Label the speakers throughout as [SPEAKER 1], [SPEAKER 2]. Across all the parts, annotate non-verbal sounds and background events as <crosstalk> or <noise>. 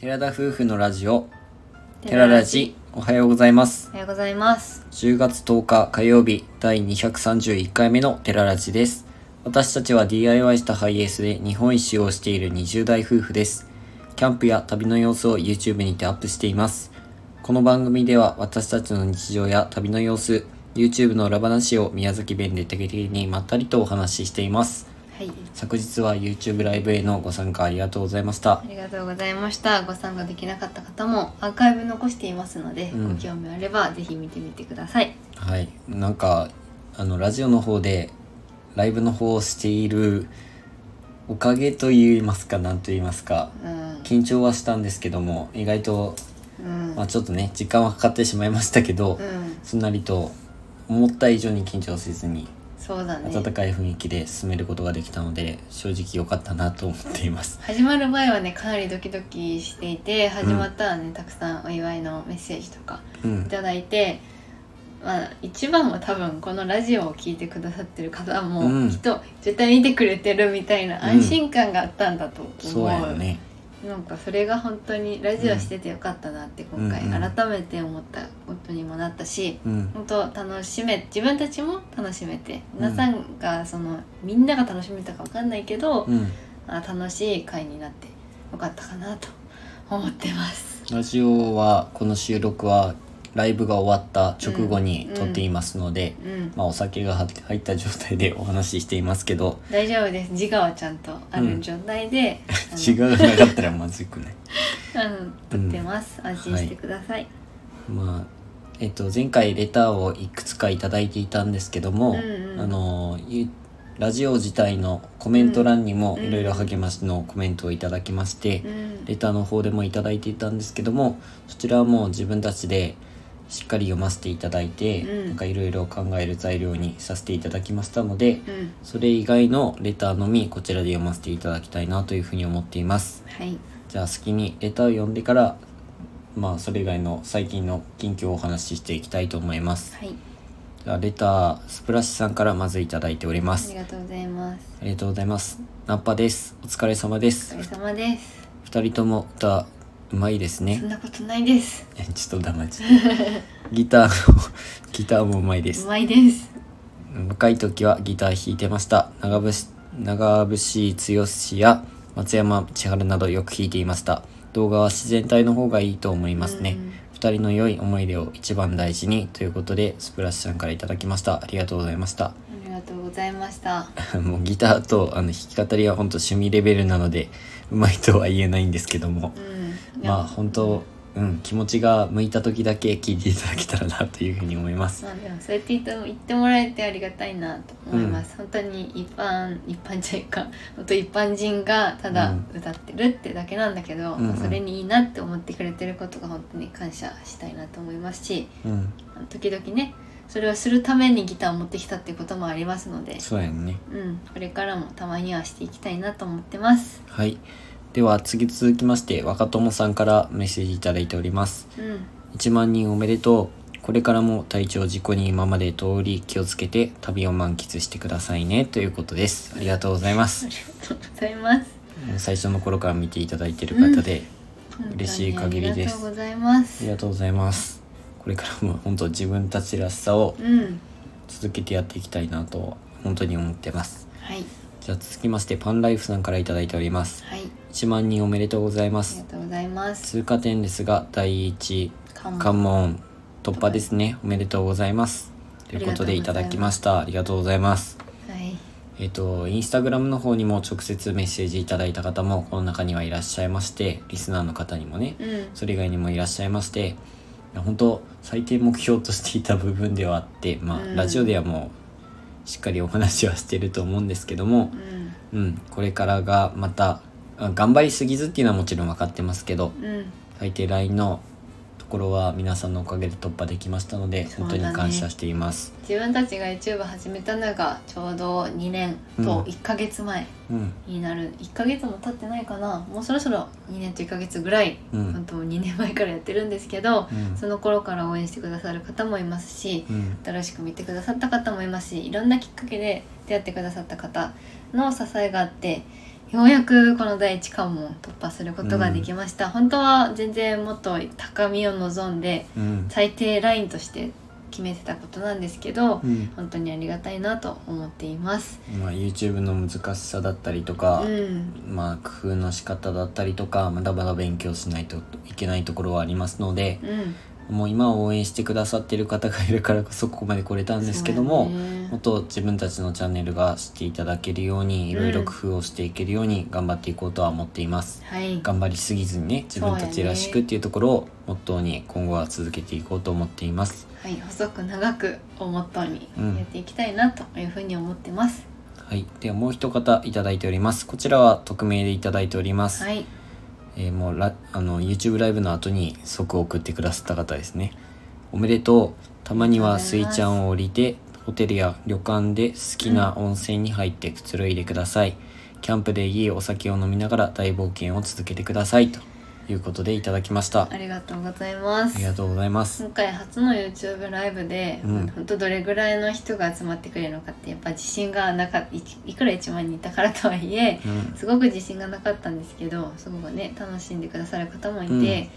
[SPEAKER 1] 寺田夫婦のラジオ寺ラジおはようございます
[SPEAKER 2] おはようございます
[SPEAKER 1] 10月10日火曜日第231回目の寺ラジです私たちは DIY したハイエースで日本一周をしている20代夫婦ですキャンプや旅の様子を YouTube にてアップしていますこの番組では私たちの日常や旅の様子 YouTube の裏話を宮崎弁で適宜にまったりとお話ししています
[SPEAKER 2] はい
[SPEAKER 1] 昨日は YouTube ライブへのご参加ありがとうございました
[SPEAKER 2] ありがとうございましたご参加できなかった方もアーカイブ残していますので、
[SPEAKER 1] うん
[SPEAKER 2] ご興味あればぜひ見てみてください
[SPEAKER 1] はい、なんかあのラジオの方でライブの方をしているおかげと言いますか何と言いますか
[SPEAKER 2] うん
[SPEAKER 1] 緊張はしたんですけども意外と、
[SPEAKER 2] うん
[SPEAKER 1] まあ、ちょっとね時間はかかってしまいましたけど、
[SPEAKER 2] うん
[SPEAKER 1] すんなりと思った以上に緊張せずに
[SPEAKER 2] そうだね
[SPEAKER 1] 温かい雰囲気で進めることができたので正直良かったなと思っています。
[SPEAKER 2] 始まる前はねかなりドキドキしていて始まったらね、たくさんお祝いのメッセージとか
[SPEAKER 1] う
[SPEAKER 2] い
[SPEAKER 1] ん、
[SPEAKER 2] ただいてまあ一番は多分このラジオを聞いてくださってる方も、
[SPEAKER 1] うん
[SPEAKER 2] きっと絶対見てくれてるみたいな安心感があったんだと思う、
[SPEAKER 1] そうやよね。
[SPEAKER 2] なんかそれが本当にラジオしててよかったなって今回
[SPEAKER 1] うんうん
[SPEAKER 2] 改めて思ったことにもなったし
[SPEAKER 1] うん、
[SPEAKER 2] 本当楽しめ自分たちも楽しめて
[SPEAKER 1] うん
[SPEAKER 2] 皆さんがそのみんなが楽しめたかわかんないけど、
[SPEAKER 1] うん、
[SPEAKER 2] あ楽しい回になってよかったかなと思ってます。
[SPEAKER 1] ラジオはこの収録はライブが終わった直後に撮っていますので、
[SPEAKER 2] うん、
[SPEAKER 1] まあ、お酒が入った状態でお話ししていますけど
[SPEAKER 2] 大丈夫です自我はちゃんとある状態で、
[SPEAKER 1] <laughs>
[SPEAKER 2] あの
[SPEAKER 1] 違うなかったらまずくね
[SPEAKER 2] あの撮ってます、安心してください、
[SPEAKER 1] <laughs> まあえっと前回レターをいくつか頂いただいていたんですけども、
[SPEAKER 2] うんうん
[SPEAKER 1] あのゆラジオ自体のコメント欄にも
[SPEAKER 2] うん
[SPEAKER 1] いろいろ励ましのコメントをいただきまして、
[SPEAKER 2] うん
[SPEAKER 1] レターの方でもいただいていたんですけどもそちらはもう自分たちでしっかり読ませていただいて、
[SPEAKER 2] うん
[SPEAKER 1] なんかいろいろ考える材料にさせていただきましたので、
[SPEAKER 2] うん、
[SPEAKER 1] それ以外のレターのみこちらで読ませていただきたいなというふうに思っています
[SPEAKER 2] はい
[SPEAKER 1] じゃあ好きにレターを読んでからまあそれ以外の最近の近況をお話ししていきたいと思います
[SPEAKER 2] はい
[SPEAKER 1] じゃあレタースプラッシュさんからまずいただいておりま
[SPEAKER 2] あり
[SPEAKER 1] す
[SPEAKER 2] がとうございます
[SPEAKER 1] ありがとうございますナッパですお疲れ様で
[SPEAKER 2] お
[SPEAKER 1] す
[SPEAKER 2] 疲れ様です
[SPEAKER 1] 二人とも歌うまいです
[SPEAKER 2] そん
[SPEAKER 1] ね
[SPEAKER 2] なことないです
[SPEAKER 1] えちょっと黙っちゃったギターも <laughs> ギターもうまいです
[SPEAKER 2] うまいです
[SPEAKER 1] 若い時はギター弾いてました長渕長渕剛や松山千春などよく弾いていました動画は自然体の方がいいと思いますね
[SPEAKER 2] うん
[SPEAKER 1] 2人の良い思い出を一番大事にということでスプラッシュさんからいただきましたありがとうございました <laughs>
[SPEAKER 2] ありがとうございました
[SPEAKER 1] もうギターとあの弾き語りは本当趣味レベルなのでうまいとは言えないんですけども
[SPEAKER 2] うんいや
[SPEAKER 1] まあ本当うん気持ちが向いた時だけ聴いていただけたらなというふうに思います
[SPEAKER 2] まあでもそうやって言って言ってもらえてありがたいなと思います、本当に一般一般じゃいか本当一般人がただ
[SPEAKER 1] うん
[SPEAKER 2] 歌ってるってだけなんだけど、
[SPEAKER 1] うんうん
[SPEAKER 2] まあそれにいいなって思ってくれてることが本当に感謝したいなと思いますし
[SPEAKER 1] うん
[SPEAKER 2] あの時々ねそれをするためにギターを持ってきたっていうこともありますので、
[SPEAKER 1] そうやんね
[SPEAKER 2] うん、これからもたまにはしていきたいなと思ってます。
[SPEAKER 1] はい。では次続きまして若友さんからメッセージいただいております。
[SPEAKER 2] うん、
[SPEAKER 1] 1万人おめでとう。これからも体調事故に今まで通り気をつけて旅を満喫してくださいねということです。ありがとうございま
[SPEAKER 2] あ
[SPEAKER 1] す
[SPEAKER 2] り。がとうございます。
[SPEAKER 1] もう最初の頃から見ていただいてる方で、嬉しい限りです
[SPEAKER 2] 本当にありがとうございま
[SPEAKER 1] あ
[SPEAKER 2] す。
[SPEAKER 1] りがとうございます。これからも本当自分たちらしさを
[SPEAKER 2] うん、
[SPEAKER 1] 続けてやっていきたいなと本当に思ってます。
[SPEAKER 2] はい、
[SPEAKER 1] じゃあ続きましてパンライフさんからいただいております。
[SPEAKER 2] はい、
[SPEAKER 1] 1万人おめでとうございま
[SPEAKER 2] あり
[SPEAKER 1] す
[SPEAKER 2] が。とうございます。
[SPEAKER 1] 通過点ですが第1
[SPEAKER 2] 関
[SPEAKER 1] 関門突破ですねおめでとうございますということでいただきましたありがとうございます
[SPEAKER 2] はい、
[SPEAKER 1] えっ、とインスタグラムの方にも直接メッセージいただいた方もこの中にはいらっしゃいましてリスナーの方にもね
[SPEAKER 2] うん、
[SPEAKER 1] それ以外にもいらっしゃいましていや本当最低目標としていた部分ではあってまあ、
[SPEAKER 2] うん
[SPEAKER 1] ラジオではもうしっかりお話はしてると思うんですけども
[SPEAKER 2] うん、
[SPEAKER 1] うんこれからがまたあ頑張りすぎずっていうのはもちろん分かってますけど
[SPEAKER 2] うん、
[SPEAKER 1] 最低 LINE のところは皆さんのおかげで突破できましたので、
[SPEAKER 2] そう
[SPEAKER 1] 本
[SPEAKER 2] だ
[SPEAKER 1] 当
[SPEAKER 2] ね
[SPEAKER 1] に感謝しています
[SPEAKER 2] 自分たちが YouTube 始めたのがちょうど2年と1ヶ月前
[SPEAKER 1] うん
[SPEAKER 2] になる、1ヶ月も経ってないかなもうそろそろ2年と1ヶ月ぐらい、
[SPEAKER 1] う
[SPEAKER 2] 本
[SPEAKER 1] ん
[SPEAKER 2] 当2年前からやってるんですけど、
[SPEAKER 1] うん
[SPEAKER 2] その頃から応援してくださる方もいますし
[SPEAKER 1] うん
[SPEAKER 2] 新しく見てくださった方もいますしいろんなきっかけで出会ってくださった方の支えがあってようやくこの第一関門を突破することができました、本当は全然もっと高みを望んで
[SPEAKER 1] うん
[SPEAKER 2] 最低ラインとして決めてたことなんですけど、
[SPEAKER 1] うん
[SPEAKER 2] 本当にありがたいなと思っています。
[SPEAKER 1] まあ、YouTube の難しさだったりとか
[SPEAKER 2] う、ん、
[SPEAKER 1] まあ、工夫の仕方だったりとかまだまだ勉強しないといけないところはありますので、
[SPEAKER 2] うん、
[SPEAKER 1] もう今応援してくださってる方がいるからこそここまで来れたんですけども、
[SPEAKER 2] そうだね
[SPEAKER 1] もっと自分たちのチャンネルが知っていただけるようにいろいろ工夫をしていけるように頑張っていこうとは思っています。
[SPEAKER 2] はい、
[SPEAKER 1] 頑張りすぎずにね自分たちらしくっていうところをモットーに今後は続けていこうと思っています。
[SPEAKER 2] はい、細く長くをモットーにやっていきたいなというふうに思ってます。
[SPEAKER 1] はい、ではもう一方いただいております。こちらは匿名でいただいております。
[SPEAKER 2] はい、
[SPEAKER 1] えーもうラあの YouTube ライブの後に即送ってくださった方ですねおめでとうたまにはスイちゃんを降りてホテルや旅館で好きな温泉に入ってくつろいでください、キャンプでいいお酒を飲みながら大冒険を続けてくださいということでいただきました
[SPEAKER 2] ありがとうございます
[SPEAKER 1] あり。がとうございます
[SPEAKER 2] 今回初の YouTube ライブで、
[SPEAKER 1] うん
[SPEAKER 2] 本当どれぐらいの人が集まってくれるのかってやっぱ自信がなかったいいくら1万人いたからとはいえ
[SPEAKER 1] うん
[SPEAKER 2] すごく自信がなかったんですけどすごくね楽しんでくださる方もいて、
[SPEAKER 1] うん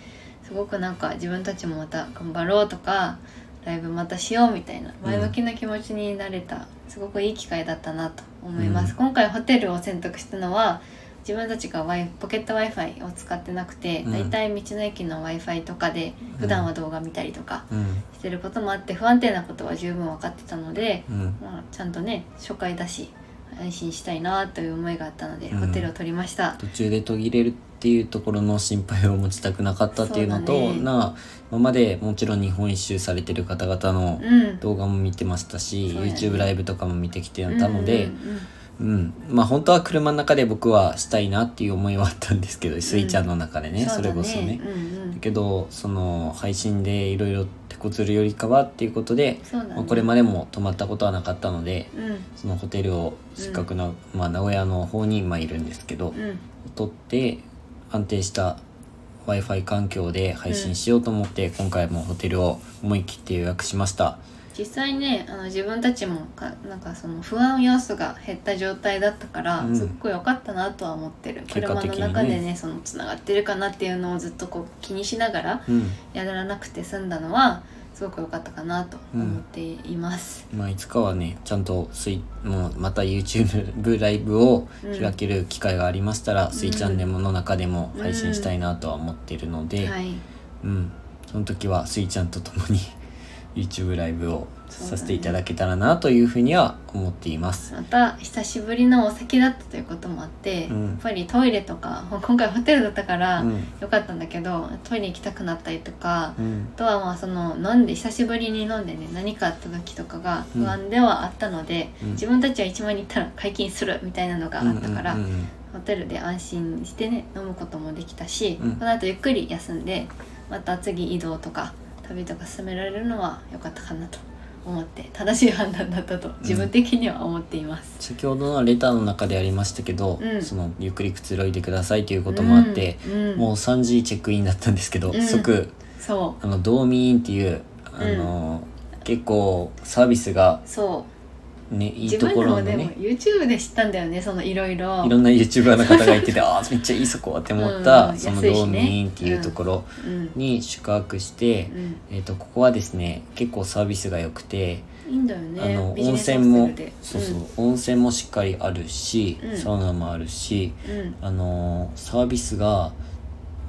[SPEAKER 2] すごくなんか自分たちもまた頑張ろうとかライブまたしようみたいな前向きな気持ちになれた、すごくいい機会だったなと思います、
[SPEAKER 1] うん
[SPEAKER 2] 今回ホテルを選択したのは自分たちがワイポケット w i f i を使ってなくて、
[SPEAKER 1] うん
[SPEAKER 2] だいたい道の駅の w i f i とかで普段は動画見たりとか
[SPEAKER 1] うん
[SPEAKER 2] してることもあって不安定なことは十分分かってたので、
[SPEAKER 1] うん
[SPEAKER 2] まあ、ちゃんとね初回だし安心したいなという思いがあったので、
[SPEAKER 1] うん
[SPEAKER 2] ホテルを取りました。
[SPEAKER 1] 途中で途切れるっていうところの心配を持ちたくなかったっていうの
[SPEAKER 2] そう
[SPEAKER 1] と
[SPEAKER 2] だね
[SPEAKER 1] なあ今までもちろん日本一周されてる方々の
[SPEAKER 2] うん、
[SPEAKER 1] 動画も見てましたし、
[SPEAKER 2] そうやね
[SPEAKER 1] YouTube ライブとかも見てきてたので
[SPEAKER 2] う、んうんうん
[SPEAKER 1] うんまあ本当は車の中で僕はしたいなっていう思いはあったんですけど、スイちゃんの中でねそれこそね、
[SPEAKER 2] うだうんう
[SPEAKER 1] だ
[SPEAKER 2] ん、
[SPEAKER 1] けどその配信でいろいろ手こずるよりかはっていうことで、
[SPEAKER 2] そうだね
[SPEAKER 1] まあこれまでも泊まったことはなかったので
[SPEAKER 2] うん
[SPEAKER 1] そのホテルをせっかくの、まあ、名古屋の方に今いるんですけど、
[SPEAKER 2] うん
[SPEAKER 1] 取って安定した w i f i 環境で配信しようと思って、今回もホテルを思い切って予約しました。
[SPEAKER 2] 実際ねあの自分たちもかなんかその不安要素が減った状態だったから、
[SPEAKER 1] うん
[SPEAKER 2] すっごい良かったなとは思ってる、
[SPEAKER 1] 結果
[SPEAKER 2] 車
[SPEAKER 1] 的に
[SPEAKER 2] の
[SPEAKER 1] ね
[SPEAKER 2] 中でねそのつながってるかなっていうのをずっとこう気にしながら
[SPEAKER 1] うん
[SPEAKER 2] やらなくて済んだのはすごく良かったかなと思っています。
[SPEAKER 1] まあ、いつかはねちゃんとスイもうまた YouTube ライブを開ける機会がありましたら「スイチャンネル」の中でも配信したいなとは思ってるので、
[SPEAKER 2] はい
[SPEAKER 1] うん、その時はスイちゃんと共に YouTube ライブをさせていただけたらなというふうには思っています。
[SPEAKER 2] また久しぶりのお酒だったということもあって、
[SPEAKER 1] うん
[SPEAKER 2] やっぱりトイレとか今回ホテルだったから
[SPEAKER 1] う
[SPEAKER 2] 良
[SPEAKER 1] ん
[SPEAKER 2] かったんだけど、トイレ行きたくなったりとか、
[SPEAKER 1] うん
[SPEAKER 2] あとはまあその飲んで久しぶりに飲んでね何かあった時とかが不安ではあったので、
[SPEAKER 1] うん
[SPEAKER 2] 自分たちは1万人いったら解禁するみたいなのがあったから、
[SPEAKER 1] うんうんうん
[SPEAKER 2] ホテルで安心してね飲むこともできたし、
[SPEAKER 1] うん
[SPEAKER 2] この後ゆっくり休んでまた次移動とか旅とか進められるのは良かったかなと思って正しい判断だったと自分的には思っています。
[SPEAKER 1] 先ほどのレターの中でありましたけど、
[SPEAKER 2] うん
[SPEAKER 1] そのゆっくりくつろいでくださいということもあって、
[SPEAKER 2] うん、うん
[SPEAKER 1] もう3時チェックインだったんですけど、
[SPEAKER 2] うん
[SPEAKER 1] 即
[SPEAKER 2] そ
[SPEAKER 1] あのドーミーインっていうあの、結構サービスが
[SPEAKER 2] うそう
[SPEAKER 1] ねいい
[SPEAKER 2] 自
[SPEAKER 1] と
[SPEAKER 2] 分
[SPEAKER 1] こ
[SPEAKER 2] で
[SPEAKER 1] ろ
[SPEAKER 2] も
[SPEAKER 1] の
[SPEAKER 2] でも
[SPEAKER 1] ね
[SPEAKER 2] YouTube で知ったんだよねそのいろいろ
[SPEAKER 1] いろんな YouTuber の方がいてて <laughs> ああめっちゃいいそこって思った、
[SPEAKER 2] うん
[SPEAKER 1] その
[SPEAKER 2] 安
[SPEAKER 1] ド
[SPEAKER 2] いし
[SPEAKER 1] ー
[SPEAKER 2] ね
[SPEAKER 1] ミーインっていうところ
[SPEAKER 2] うん
[SPEAKER 1] に宿泊して、
[SPEAKER 2] うん
[SPEAKER 1] えー、とここはですね結構サービスが良くて、
[SPEAKER 2] いいんだよ
[SPEAKER 1] あ
[SPEAKER 2] ね
[SPEAKER 1] の
[SPEAKER 2] ビジ
[SPEAKER 1] 温
[SPEAKER 2] ネス
[SPEAKER 1] 泉
[SPEAKER 2] ホ
[SPEAKER 1] も
[SPEAKER 2] テルで
[SPEAKER 1] そうそう、温泉もしっかりあるし、
[SPEAKER 2] うん
[SPEAKER 1] サウナもあるし、
[SPEAKER 2] うんうん
[SPEAKER 1] あのーサービスが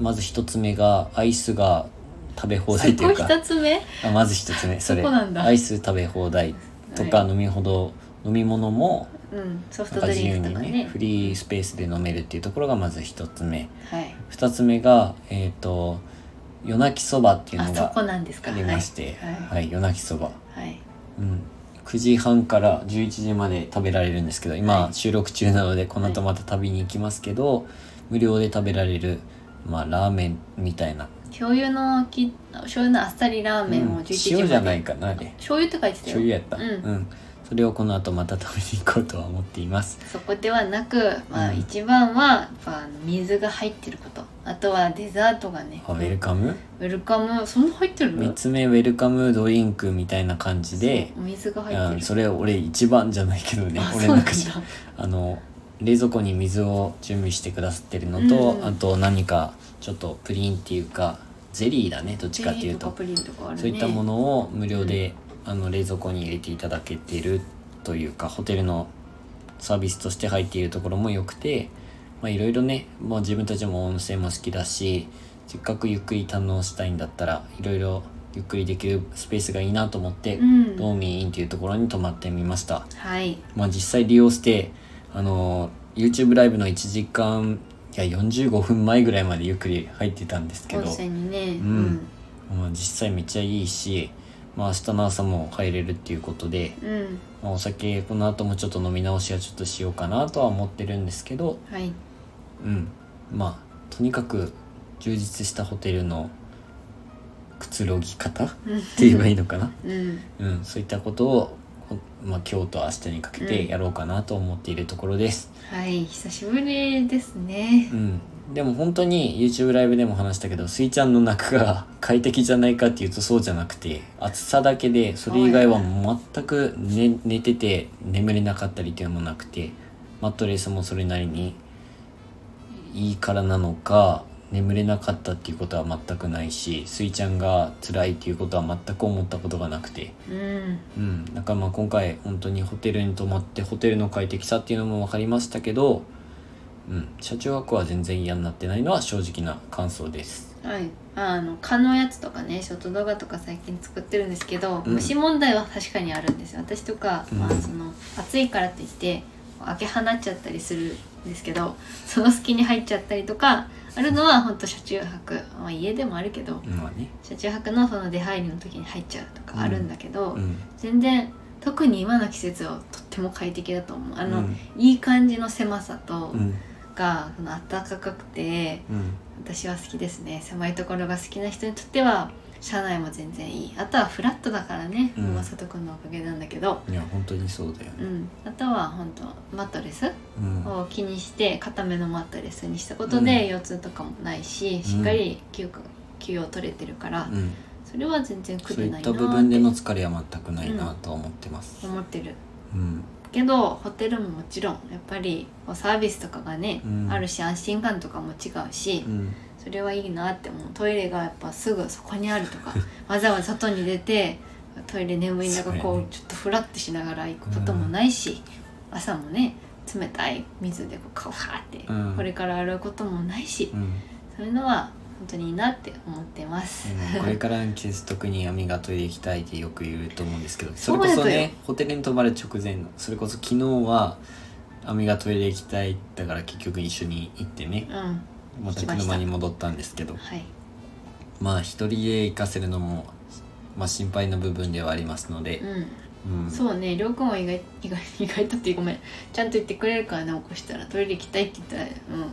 [SPEAKER 1] まず一つ目がアイスが食べ放題
[SPEAKER 2] そ
[SPEAKER 1] とい
[SPEAKER 2] こ
[SPEAKER 1] うか
[SPEAKER 2] 一つ目
[SPEAKER 1] あまず一つ目それ
[SPEAKER 2] そこなんだ
[SPEAKER 1] アイス食べ放題とか、
[SPEAKER 2] は
[SPEAKER 1] 飲みほど飲み物も
[SPEAKER 2] うんソフ
[SPEAKER 1] な
[SPEAKER 2] ト
[SPEAKER 1] んか
[SPEAKER 2] ド
[SPEAKER 1] 自
[SPEAKER 2] リ
[SPEAKER 1] 由
[SPEAKER 2] ンク
[SPEAKER 1] に
[SPEAKER 2] とか
[SPEAKER 1] ね
[SPEAKER 2] ね
[SPEAKER 1] フリースペースで飲めるっていうところがまず一つ目
[SPEAKER 2] はい
[SPEAKER 1] 二つ目がえっ、と夜泣きそばっていう
[SPEAKER 2] あ
[SPEAKER 1] の
[SPEAKER 2] そ
[SPEAKER 1] が
[SPEAKER 2] こなんです
[SPEAKER 1] あ
[SPEAKER 2] か
[SPEAKER 1] りまして
[SPEAKER 2] はい
[SPEAKER 1] はい、夜泣きそば
[SPEAKER 2] はい、はい
[SPEAKER 1] うん9時半から11時まで食べられるんですけど今収録中なのでこの後また食べに行きますけど、無料で食べられる、まあ、ラーメンみたいな
[SPEAKER 2] 醤油のき醤油のあっさりラーメンを11時まで、
[SPEAKER 1] 塩じゃないかなあれ
[SPEAKER 2] 醤油って書いてた
[SPEAKER 1] 醤
[SPEAKER 2] よ
[SPEAKER 1] 油やった、
[SPEAKER 2] うん
[SPEAKER 1] それをこの後また食べに行こうとは思っています
[SPEAKER 2] そこではなく、まあ、
[SPEAKER 1] うん
[SPEAKER 2] 一番はやっぱあの水が入ってることあとはデザートがね
[SPEAKER 1] あウェルカム
[SPEAKER 2] ウェルカムそんな入ってる
[SPEAKER 1] 3
[SPEAKER 2] の
[SPEAKER 1] つ目ウェルカムドリンクみたいな感じで
[SPEAKER 2] そうお水が入
[SPEAKER 1] う
[SPEAKER 2] って
[SPEAKER 1] ん
[SPEAKER 2] る
[SPEAKER 1] それ俺一番じゃないけどね
[SPEAKER 2] あ
[SPEAKER 1] 俺
[SPEAKER 2] そ
[SPEAKER 1] な
[SPEAKER 2] うなん
[SPEAKER 1] んか
[SPEAKER 2] だ
[SPEAKER 1] あの冷蔵庫に水を準備してくださってるのと、
[SPEAKER 2] うんうん
[SPEAKER 1] あと何かちょっとプリンっていうかゼリーだねどっちかっていうと
[SPEAKER 2] ゼリーとかプリンとかあるね
[SPEAKER 1] そういったものを無料で、あの冷蔵庫に入れていただけてるというかホテルのサービスとして入っているところも良くてまあいろいろねもう自分たちも温泉も好きだしせっかくゆっくり堪能したいんだったらいろいろゆっくりできるスペースがいいなと思って、
[SPEAKER 2] うん
[SPEAKER 1] ドーミーインというところに泊まってみました。
[SPEAKER 2] はい
[SPEAKER 1] まあ、実際利用してあの YouTube ライブの1時間いや45分前ぐらいまでゆっくり入ってたんですけど
[SPEAKER 2] 温、泉にねうん
[SPEAKER 1] まあ、実際めっちゃいいし、まあ、明日の朝も入れるっていうことで、
[SPEAKER 2] うん
[SPEAKER 1] まあ、お酒この後もちょっと飲み直しはちょっとしようかなとは思ってるんですけど、
[SPEAKER 2] はい
[SPEAKER 1] うん、まあとにかく充実したホテルのくつろぎ方って言えばいいのかな
[SPEAKER 2] うん
[SPEAKER 1] うん、そういったことを、ほまあ、今日と明日にかけてやろうかなと思っているところです、
[SPEAKER 2] はい久しぶりですね
[SPEAKER 1] うんでも本当に YouTube ライブでも話したけどスイちゃんの中が快適じゃないかっていうとそうじゃなくて暑さだけでそれ以外は全く寝,、寝てて眠れなかったりっていうのもなくてマットレスもそれなりにいいからなのか眠れなかったっていうことは全くないしスイちゃんが辛いっていうことは全く思ったことがなくて
[SPEAKER 2] うん
[SPEAKER 1] うん、だからまあ今回本当にホテルに泊まってホテルの快適さっていうのも分かりましたけど、うん、車中泊は全然嫌になってないのは正直な感想です。
[SPEAKER 2] はい、あの蚊のやつとかねショート動画とか最近作ってるんですけど、
[SPEAKER 1] うん
[SPEAKER 2] 虫問題は確かにあるんですよ私とか、
[SPEAKER 1] うん
[SPEAKER 2] まあ、その暑いからといって開け放っちゃったりするんですけどその隙に入っちゃったりとかあるのはほんと車中泊、まあ、家でもあるけど
[SPEAKER 1] まあね、
[SPEAKER 2] 車中泊のその出入りの時に入っちゃうとかあるんだけど、
[SPEAKER 1] うん、
[SPEAKER 2] 全然特に今の季節はとっても快適だと思うあの、
[SPEAKER 1] うん
[SPEAKER 2] いい感じの狭さと
[SPEAKER 1] うん、
[SPEAKER 2] が、その暖かくて
[SPEAKER 1] うん、
[SPEAKER 2] 私は好きですね狭いところが好きな人にとっては車内も全然いいあとはフラットだからね
[SPEAKER 1] うん
[SPEAKER 2] もうさとくんのおかげなんだけど、
[SPEAKER 1] いや本当にそうだよ
[SPEAKER 2] う
[SPEAKER 1] ね。
[SPEAKER 2] ん、あとは本当マットレス
[SPEAKER 1] うん、
[SPEAKER 2] を気にして固めのマットレスにしたことで腰痛とかもないし、しっかり休暇休養取れてるから、
[SPEAKER 1] うん、
[SPEAKER 2] それは全然苦
[SPEAKER 1] そ
[SPEAKER 2] で
[SPEAKER 1] うい
[SPEAKER 2] な
[SPEAKER 1] っ
[SPEAKER 2] い
[SPEAKER 1] た
[SPEAKER 2] な
[SPEAKER 1] 部分で
[SPEAKER 2] ー
[SPEAKER 1] の
[SPEAKER 2] って
[SPEAKER 1] 疲れは全くないなとは思ってます。
[SPEAKER 2] 思ってる
[SPEAKER 1] うん、
[SPEAKER 2] けどホテルももちろんやっぱりこうサービスとかがね、
[SPEAKER 1] うん
[SPEAKER 2] あるし安心感とかも違うし、
[SPEAKER 1] うん、
[SPEAKER 2] それはいいなって思うトイレがやっぱすぐそこにある
[SPEAKER 1] <laughs>
[SPEAKER 2] とかわざわざ外に出てトイレ眠い中
[SPEAKER 1] そう
[SPEAKER 2] こ
[SPEAKER 1] や
[SPEAKER 2] う
[SPEAKER 1] ね
[SPEAKER 2] ちょっとフラッとしながら行くこともないし、朝もね冷たい水でこう顔はーって、
[SPEAKER 1] うん
[SPEAKER 2] これから洗うこともないし、
[SPEAKER 1] うん、
[SPEAKER 2] そういうのは本当にいいなって思ってます、
[SPEAKER 1] うんこれからの季節特に網がトイレ行きたいってよく言うと思うんですけど <laughs> それこ
[SPEAKER 2] そ
[SPEAKER 1] そう
[SPEAKER 2] やとよ
[SPEAKER 1] ねホテルに泊まる直前のそれこそ昨日は網がトイレ行きたいだから結局一緒に行ってね
[SPEAKER 2] <laughs> うんは
[SPEAKER 1] また
[SPEAKER 2] 行きました
[SPEAKER 1] 車に戻ったんですけど
[SPEAKER 2] い
[SPEAKER 1] まあ一人で行かせるのも、まあ、心配な部分ではありますので、
[SPEAKER 2] う
[SPEAKER 1] うん
[SPEAKER 2] ん、そうねりょうくんは意外意外意外とってごめんちゃんと言ってくれるからね起こしたらトイレ行きたいって言ったら「うん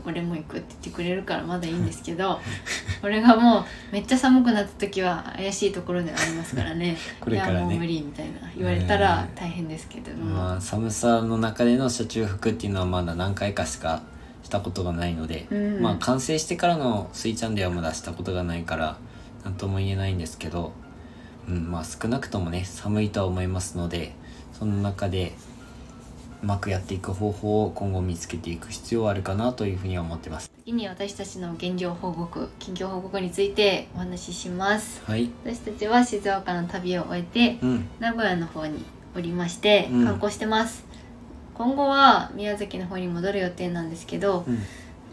[SPEAKER 2] 俺も行く」って言ってくれるからまだいいんです
[SPEAKER 1] <laughs>
[SPEAKER 2] けど俺がもうめっちゃ寒くなった時は怪しいところではありますから
[SPEAKER 1] <laughs>
[SPEAKER 2] ね
[SPEAKER 1] これからね
[SPEAKER 2] いやもう無理みたいな言われたら
[SPEAKER 1] うん
[SPEAKER 2] 大変ですけども、
[SPEAKER 1] まあ、寒さの中での車中泊っていうのはまだ何回かしかしたことがないので、
[SPEAKER 2] うん
[SPEAKER 1] まあ完成してからの「スイちゃん」ではまだしたことがないから何とも言えないんですけど、うん、まあ少なくともね寒いとは思いますのでその中でうまくやっていく方法を今後見つけていく必要はあるかなというふうには思ってます。
[SPEAKER 2] 次に私たちの現状報告近況報告についてお話しします
[SPEAKER 1] はい、
[SPEAKER 2] 私たちは静岡の旅を終えて
[SPEAKER 1] うん
[SPEAKER 2] 名古屋の方におりまして
[SPEAKER 1] うん
[SPEAKER 2] 観光してます、今後は宮崎の方に戻る予定なんですけど
[SPEAKER 1] うん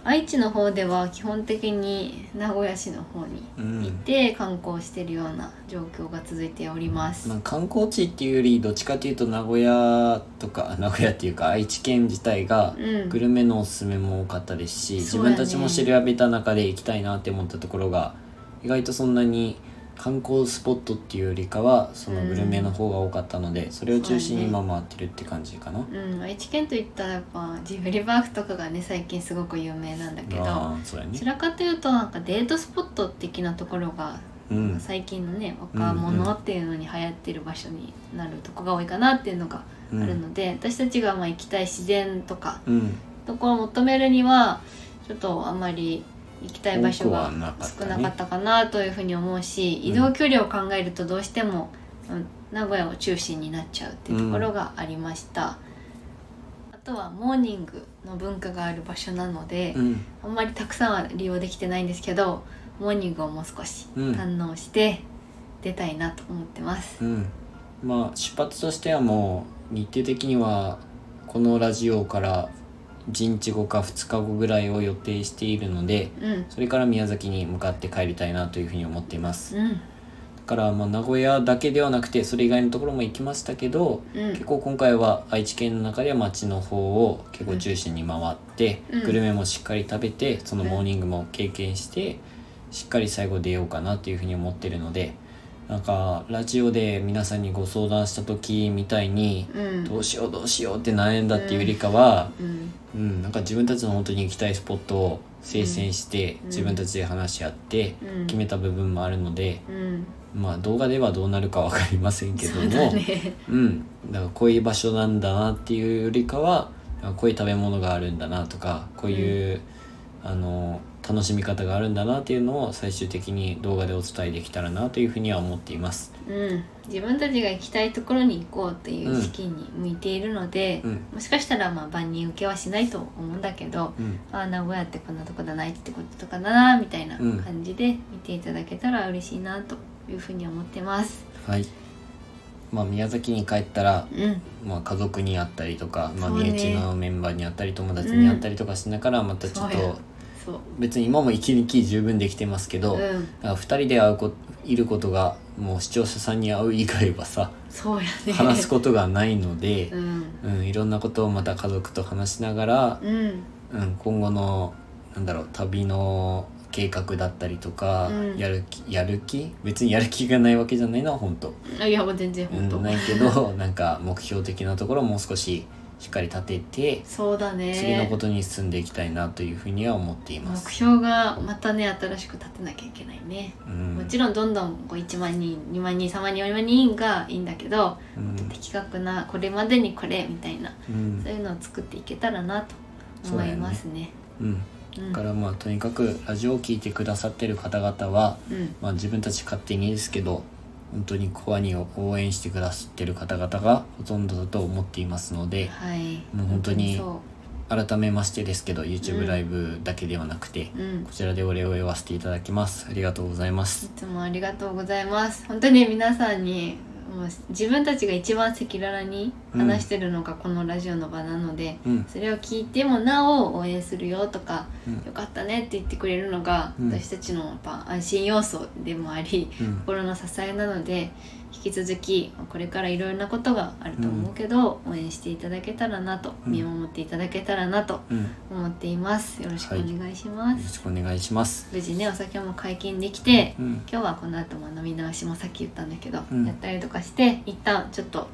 [SPEAKER 2] 愛知の方では基本的に名古屋市の方に
[SPEAKER 1] うん
[SPEAKER 2] 行って観光してるような状況が続いております、
[SPEAKER 1] まあ、観光地っていうよりどっちかというと名古屋とか名古屋っていうか愛知県自体が
[SPEAKER 2] うん
[SPEAKER 1] グルメのおすすめも多かったですし、自
[SPEAKER 2] そうやね
[SPEAKER 1] 分たちも調べた中で行きたいなって思ったところが意外とそんなに観光スポットっていうよりかはそのグルメの方が多かったので、それを中心に今回ってるって感じかな。
[SPEAKER 2] うん、愛知県といったらやっぱジブリパークとかがね最近すごく有名なんだけどど
[SPEAKER 1] ああそうや
[SPEAKER 2] ち
[SPEAKER 1] ね、
[SPEAKER 2] らかというとなんかデートスポット的なところが
[SPEAKER 1] うん、
[SPEAKER 2] 最近のね若者っていうのに流行ってる場所になるとこが多いかなっていうのがあるので、私たちがまあ行きたい自然とか
[SPEAKER 1] うん
[SPEAKER 2] ところを求めるにはちょっとあんまり行きたい場所
[SPEAKER 1] 多
[SPEAKER 2] が
[SPEAKER 1] くはなかったね
[SPEAKER 2] 少なかったかなというふうに思うし、移動距離を考えるとどうしても、うん名古屋を中心になっちゃうっていうところがありました、あとはモーニングの文化がある場所なので、
[SPEAKER 1] うん
[SPEAKER 2] あんまりたくさんは利用できてないんですけどモーニングをもう少し
[SPEAKER 1] うん
[SPEAKER 2] 堪能して出たいなと思ってます、
[SPEAKER 1] うんまあ出発としてはもう日程的にはこのラジオから1日後か2日後ぐらいを予定しているので
[SPEAKER 2] うん、うん
[SPEAKER 1] それから宮崎に向かって帰りたいなというふうに思っていますだからまあ名古屋だけではなくてそれ以外のところも行きましたけど
[SPEAKER 2] うん
[SPEAKER 1] 結構今回は愛知県の中では町の方を結構中心に回って、
[SPEAKER 2] うん
[SPEAKER 1] グルメもしっかり食べてそのモーニングも経験して、しっかり最後出ようかなっていうふうに思ってるのでなんかラジオで皆さんにご相談した時みたいに、
[SPEAKER 2] うん
[SPEAKER 1] どうしようどうしようって悩んだっていうよりかは、
[SPEAKER 2] うん
[SPEAKER 1] うんなんか自分たちの本当に行きたいスポットを精選して、
[SPEAKER 2] うん
[SPEAKER 1] 自分たちで話し合って
[SPEAKER 2] うん
[SPEAKER 1] 決めた部分もあるので、
[SPEAKER 2] うん
[SPEAKER 1] まあ動画ではどうなるかわかりませんけど
[SPEAKER 2] そ
[SPEAKER 1] も。
[SPEAKER 2] うだね
[SPEAKER 1] うん、だからこういう場所なんだなっていうよりかはあこういう食べ物があるんだなとかこういう、あの楽しみ方があるんだなっていうのを最終的に動画でお伝えできたらなというふうには思っています。
[SPEAKER 2] うん自分たちが行きたいところに行こうという意識に向いているので、
[SPEAKER 1] うん
[SPEAKER 2] もしかしたらまあ万人受けはしないと思うんだけど
[SPEAKER 1] うん
[SPEAKER 2] ああ名古屋ってこんなとこだな愛知ってこととかだなみたいな
[SPEAKER 1] うん
[SPEAKER 2] 感じで見ていただけたら嬉しいなというふうに思ってます。
[SPEAKER 1] はいまあ、宮崎に帰ったら、
[SPEAKER 2] うん
[SPEAKER 1] まあ、家族に会ったりとか、まあ、
[SPEAKER 2] そう
[SPEAKER 1] 身
[SPEAKER 2] ね
[SPEAKER 1] 内のメンバーに会ったり友達に会ったりとかしながらまたちょっ
[SPEAKER 2] そうや
[SPEAKER 1] と
[SPEAKER 2] そう
[SPEAKER 1] 別に今も一日十分できてますけど、だ
[SPEAKER 2] うん、
[SPEAKER 1] から2人で会うこいることがもう視聴者さんに会う以外はさ
[SPEAKER 2] そうやね。
[SPEAKER 1] 話すことがないので、
[SPEAKER 2] うん、
[SPEAKER 1] うん、いろんなことをまた家族と話しながら、
[SPEAKER 2] うん、
[SPEAKER 1] うん、今後のなんだろう旅の計画だったりとか、
[SPEAKER 2] うん
[SPEAKER 1] やる気やる気別にやる気がないわけじゃないのは本当、
[SPEAKER 2] あいやもう全然
[SPEAKER 1] う
[SPEAKER 2] 本当、
[SPEAKER 1] ん、ないけど <laughs> なんか目標的なところをもう少ししっかり立てて、
[SPEAKER 2] そうだね。
[SPEAKER 1] 次のことに進んでいきたいなというふうには思っていま
[SPEAKER 2] 目
[SPEAKER 1] す。
[SPEAKER 2] 標がまたね新しく立てなきゃいけないね。
[SPEAKER 1] うん
[SPEAKER 2] もちろんどんどんこう1万人2万人3万人4万人がいいんだけど
[SPEAKER 1] うん
[SPEAKER 2] 的確なこれまでにこれみたいな
[SPEAKER 1] うん
[SPEAKER 2] そういうのを作っていけたらなと思いますね。
[SPEAKER 1] うん
[SPEAKER 2] う
[SPEAKER 1] だ
[SPEAKER 2] ん
[SPEAKER 1] からまあとにかくラジオを聞いてくださってる方々は
[SPEAKER 2] うん
[SPEAKER 1] まあ、自分たち勝手にですけど本当にコアニを応援してくださってる方々がほとんどだと思っていますので
[SPEAKER 2] はい、
[SPEAKER 1] もう本当に
[SPEAKER 2] そ
[SPEAKER 1] 改めましてですけど
[SPEAKER 2] う
[SPEAKER 1] YouTube
[SPEAKER 2] ん
[SPEAKER 1] ライブだけではなくて、
[SPEAKER 2] う、うん
[SPEAKER 1] こ、ちらでお礼を言わせていただきますありがとうございま
[SPEAKER 2] い
[SPEAKER 1] す
[SPEAKER 2] つもありがとうございます本当に皆さんにもう自分たちが一番赤裸々に話してるのがこのラジオの場なので、
[SPEAKER 1] うん
[SPEAKER 2] それを聞いてもなお応援するよとか、
[SPEAKER 1] うん
[SPEAKER 2] よかったねって言ってくれるのが、
[SPEAKER 1] うん
[SPEAKER 2] 私たちのやっぱ安心要素でもあり
[SPEAKER 1] うん
[SPEAKER 2] 心の支えなので引き続きこれからいろいろなことがあると思うけど、応援していただけたらなと、
[SPEAKER 1] うん
[SPEAKER 2] 見守っていただけたらなと
[SPEAKER 1] うんよ
[SPEAKER 2] 思っていますよろしくお願いします、
[SPEAKER 1] ろしくお願いします
[SPEAKER 2] 無事ねお酒も解禁できて
[SPEAKER 1] うん
[SPEAKER 2] 今日はこの後も飲み直しもさっき言ったんだけど、
[SPEAKER 1] うん
[SPEAKER 2] やったりとかして一旦ちょっと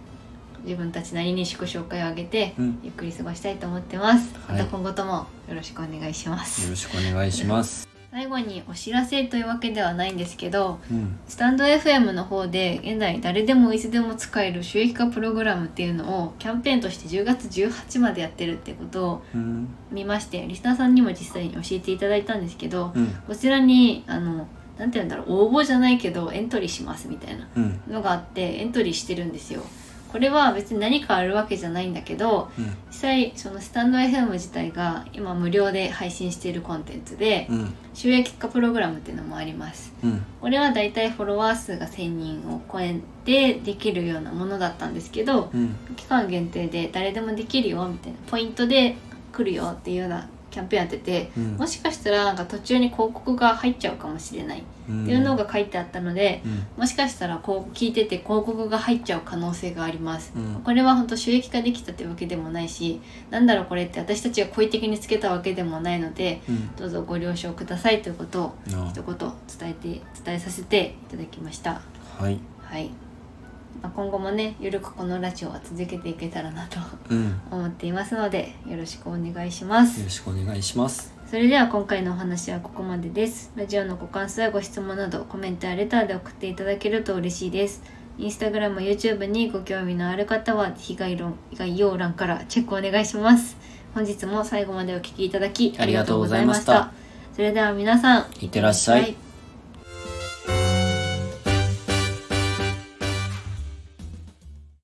[SPEAKER 2] 自分たちなりに祝紹介を上げて、
[SPEAKER 1] うん
[SPEAKER 2] ゆっくり過ごしたいと思ってます、
[SPEAKER 1] はい
[SPEAKER 2] また今後ともよろしくお願いします、
[SPEAKER 1] よろしくお願いします
[SPEAKER 2] 最後にお知らせというわけではないんですけど
[SPEAKER 1] うん
[SPEAKER 2] スタンド FM の方で現在誰でもいつでも使える収益化プログラムっていうのをキャンペーンとして10月18までやってるってことを
[SPEAKER 1] うん
[SPEAKER 2] 見ましてリスナーさんにも実際に教えていただいたんですけど、
[SPEAKER 1] うん
[SPEAKER 2] こちらにあのなんて言うんだろう応募じゃないけどエントリーしますみたいな
[SPEAKER 1] うん
[SPEAKER 2] のがあってエントリーしてるんですよ。これは別に何かあるわけじゃないんだけど
[SPEAKER 1] うん
[SPEAKER 2] 実際そのスタンド FM 自体が今無料で配信しているコンテンツで
[SPEAKER 1] うん
[SPEAKER 2] 収益化プログラムっていうのもあります。
[SPEAKER 1] うん
[SPEAKER 2] これはだいたいフォロワー数が1,000人を超えてできるようなものだったんですけど
[SPEAKER 1] うん
[SPEAKER 2] 期間限定で誰でもできるよみたいなポイントで来るよっていうようなキャンペーンやってて
[SPEAKER 1] うん
[SPEAKER 2] もしかしたらなんか途中に広告が入っちゃうかもしれないっていうのが書いてあったので、
[SPEAKER 1] うん
[SPEAKER 2] もしかしたらこう聞いてて広告が入っちゃう可能性があります。
[SPEAKER 1] うん
[SPEAKER 2] これは本当収益化できたというわけでもないしなんだろうこれって私たちが故意的につけたわけでもないので
[SPEAKER 1] うん
[SPEAKER 2] どうぞご了承くださいということを
[SPEAKER 1] あ
[SPEAKER 2] 一言伝えて伝えさせていただきました
[SPEAKER 1] はい
[SPEAKER 2] はい、まあ、今後もねゆるくこのラジオは続けていけたらなと <laughs>
[SPEAKER 1] うんよ
[SPEAKER 2] 思っていますのでよろしくお願いします
[SPEAKER 1] ろしくお願いします
[SPEAKER 2] それでは今回のお話はここまでです。ラジオのご感想やご質問などコメントやレターで送っていただけると嬉しいです。インスタグラム、YouTube にご興味のある方は非概論概要欄からチェックお願いします。本日も最後までお聞きいただきありがとうございました。
[SPEAKER 1] ありがとうございま
[SPEAKER 2] それでは皆さん、
[SPEAKER 1] いってらっしゃい